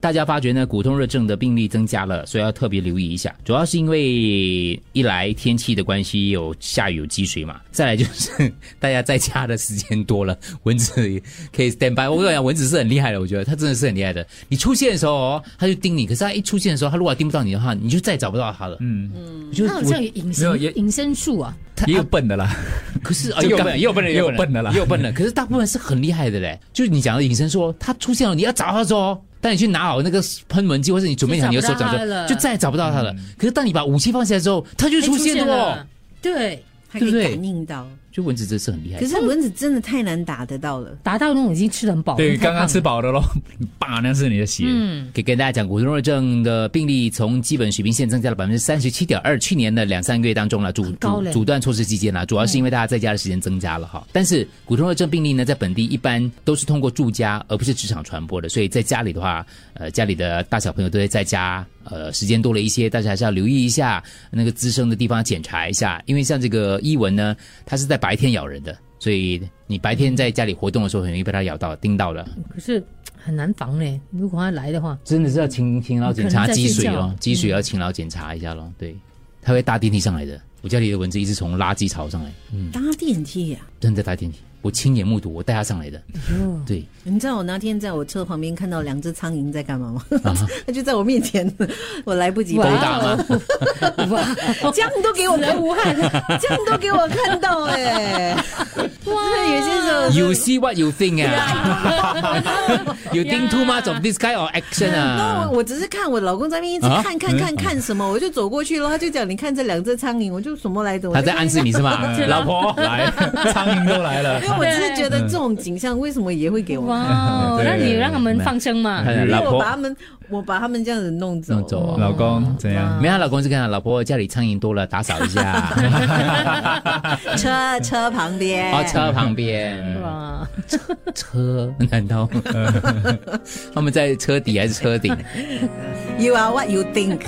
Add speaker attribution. Speaker 1: 大家发觉呢，骨痛热症的病例增加了，所以要特别留意一下。主要是因为一来天气的关系，有下雨有积水嘛；再来就是 大家在家的时间多了，蚊子也可以 stand by。我跟你讲，蚊子是很厉害的，我觉得它真的是很厉害的。你出现的时候哦，它就叮你，可是它一出现的时候，它如果叮不到你的话，你就再也找不到它了。嗯嗯，就
Speaker 2: 它好像有隐
Speaker 3: 没有
Speaker 2: 身
Speaker 3: 也
Speaker 2: 隐身术啊，
Speaker 3: 也有笨的啦，
Speaker 1: 可是啊，
Speaker 3: 就
Speaker 1: 又
Speaker 3: 干
Speaker 1: 笨，又笨了，
Speaker 3: 也有笨的啦
Speaker 1: 也有笨了。可是大部分是很厉害的嘞，就是你讲的隐身说，它出现了，你要找它说，当你去拿好那个喷蚊剂，或是你准备好你的手
Speaker 2: 就找
Speaker 1: 掌
Speaker 2: 不
Speaker 1: 的
Speaker 2: 到它
Speaker 1: 时候，
Speaker 2: 了
Speaker 1: 就再也找不到它了。可是当你把武器放下之后，它就
Speaker 2: 哎
Speaker 1: 出现了哦
Speaker 2: 了。，对，
Speaker 4: 还
Speaker 1: 对不哎
Speaker 4: 可以
Speaker 1: 对
Speaker 4: 感应到。
Speaker 1: 就蚊子真是很厉害
Speaker 4: 可，是蚊子真的太难打得到了，
Speaker 2: 达到那种已经吃得很
Speaker 4: 哦
Speaker 2: 饱，
Speaker 3: 对，
Speaker 2: 太
Speaker 3: 刚
Speaker 2: 胖
Speaker 3: 刚吃
Speaker 2: 了，
Speaker 3: 饱的 咯，叭，那是你的血。
Speaker 2: 嗯，
Speaker 1: 给跟大家讲，骨痛热症的病例从基本水平线增加了百分之三十七点二，去年的两三个月当中了，阻阻
Speaker 2: 高嘞嗯
Speaker 1: 阻断措施期间啦，主要是因为大家在家的时间增加了哈。但是骨痛热症病例呢，在本地一般都是通过住家而不是职场传播的，所以在家里的话，呃，家里的大小朋友都会在家，呃，时间多了一些，大家还是要留意一下那个滋生的地方检查一下，因为像这个伊蚊呢，它是在白天咬人的，所以你白天在家里活动的时候，很容易被它咬到、叮到的。
Speaker 2: 可是很难防嘞，如果它来的 话，
Speaker 1: 真的是要勤勤劳检
Speaker 2: 可
Speaker 1: 查
Speaker 2: 能在
Speaker 1: 积水
Speaker 2: 睡觉嗯
Speaker 1: 咯，积水要勤劳检查一下咯。对，它会搭电梯上来的。我家里的蚊子一直从垃圾槽上来，
Speaker 4: 搭电梯呀、
Speaker 1: 真的搭电梯，我亲眼目睹，我带它上来的。
Speaker 2: 哟
Speaker 1: 对，
Speaker 4: 你知道我那天在我车旁边看到两只苍蝇在干嘛吗？
Speaker 1: 啊，
Speaker 4: 它就在我面前，我来不及
Speaker 1: 勾
Speaker 4: 把
Speaker 1: 搭吗？
Speaker 2: 哇，
Speaker 4: 这样都给我来武汉，这样都给我看到 哎、哇，有些时候是
Speaker 1: You see what you think 啊 ？You think too much of this kind of action
Speaker 4: 那
Speaker 1: 啊
Speaker 4: 我？我只是看我老公在那边一直
Speaker 1: 啊
Speaker 4: 看看看看什么，我就走过去了，他就讲你看这两只苍蝇，我就什么来着？我
Speaker 1: 他
Speaker 4: 就
Speaker 1: 在暗示你是吗？老婆，
Speaker 3: 来，苍蝇都来了
Speaker 4: 啊 因，为我只是觉
Speaker 1: 嗯
Speaker 4: 得这种景象为什么也会给我看？
Speaker 2: 哇，
Speaker 3: 对嗯
Speaker 2: 那你让他们放生嘛？
Speaker 1: 哎
Speaker 4: 因
Speaker 1: 老
Speaker 4: 为我把
Speaker 1: 婆
Speaker 4: 他们，我把他们这样子弄走。
Speaker 1: 弄走啊。
Speaker 3: 老公怎样？
Speaker 1: 没有，她老公是跟她老婆家里苍蝇多了，打扫一
Speaker 2: 哎
Speaker 1: 下，
Speaker 4: 车车旁边，
Speaker 1: 哦，车旁边。
Speaker 2: 哇，
Speaker 1: 车？难道他们在车底还是车顶？
Speaker 4: You are what you think 。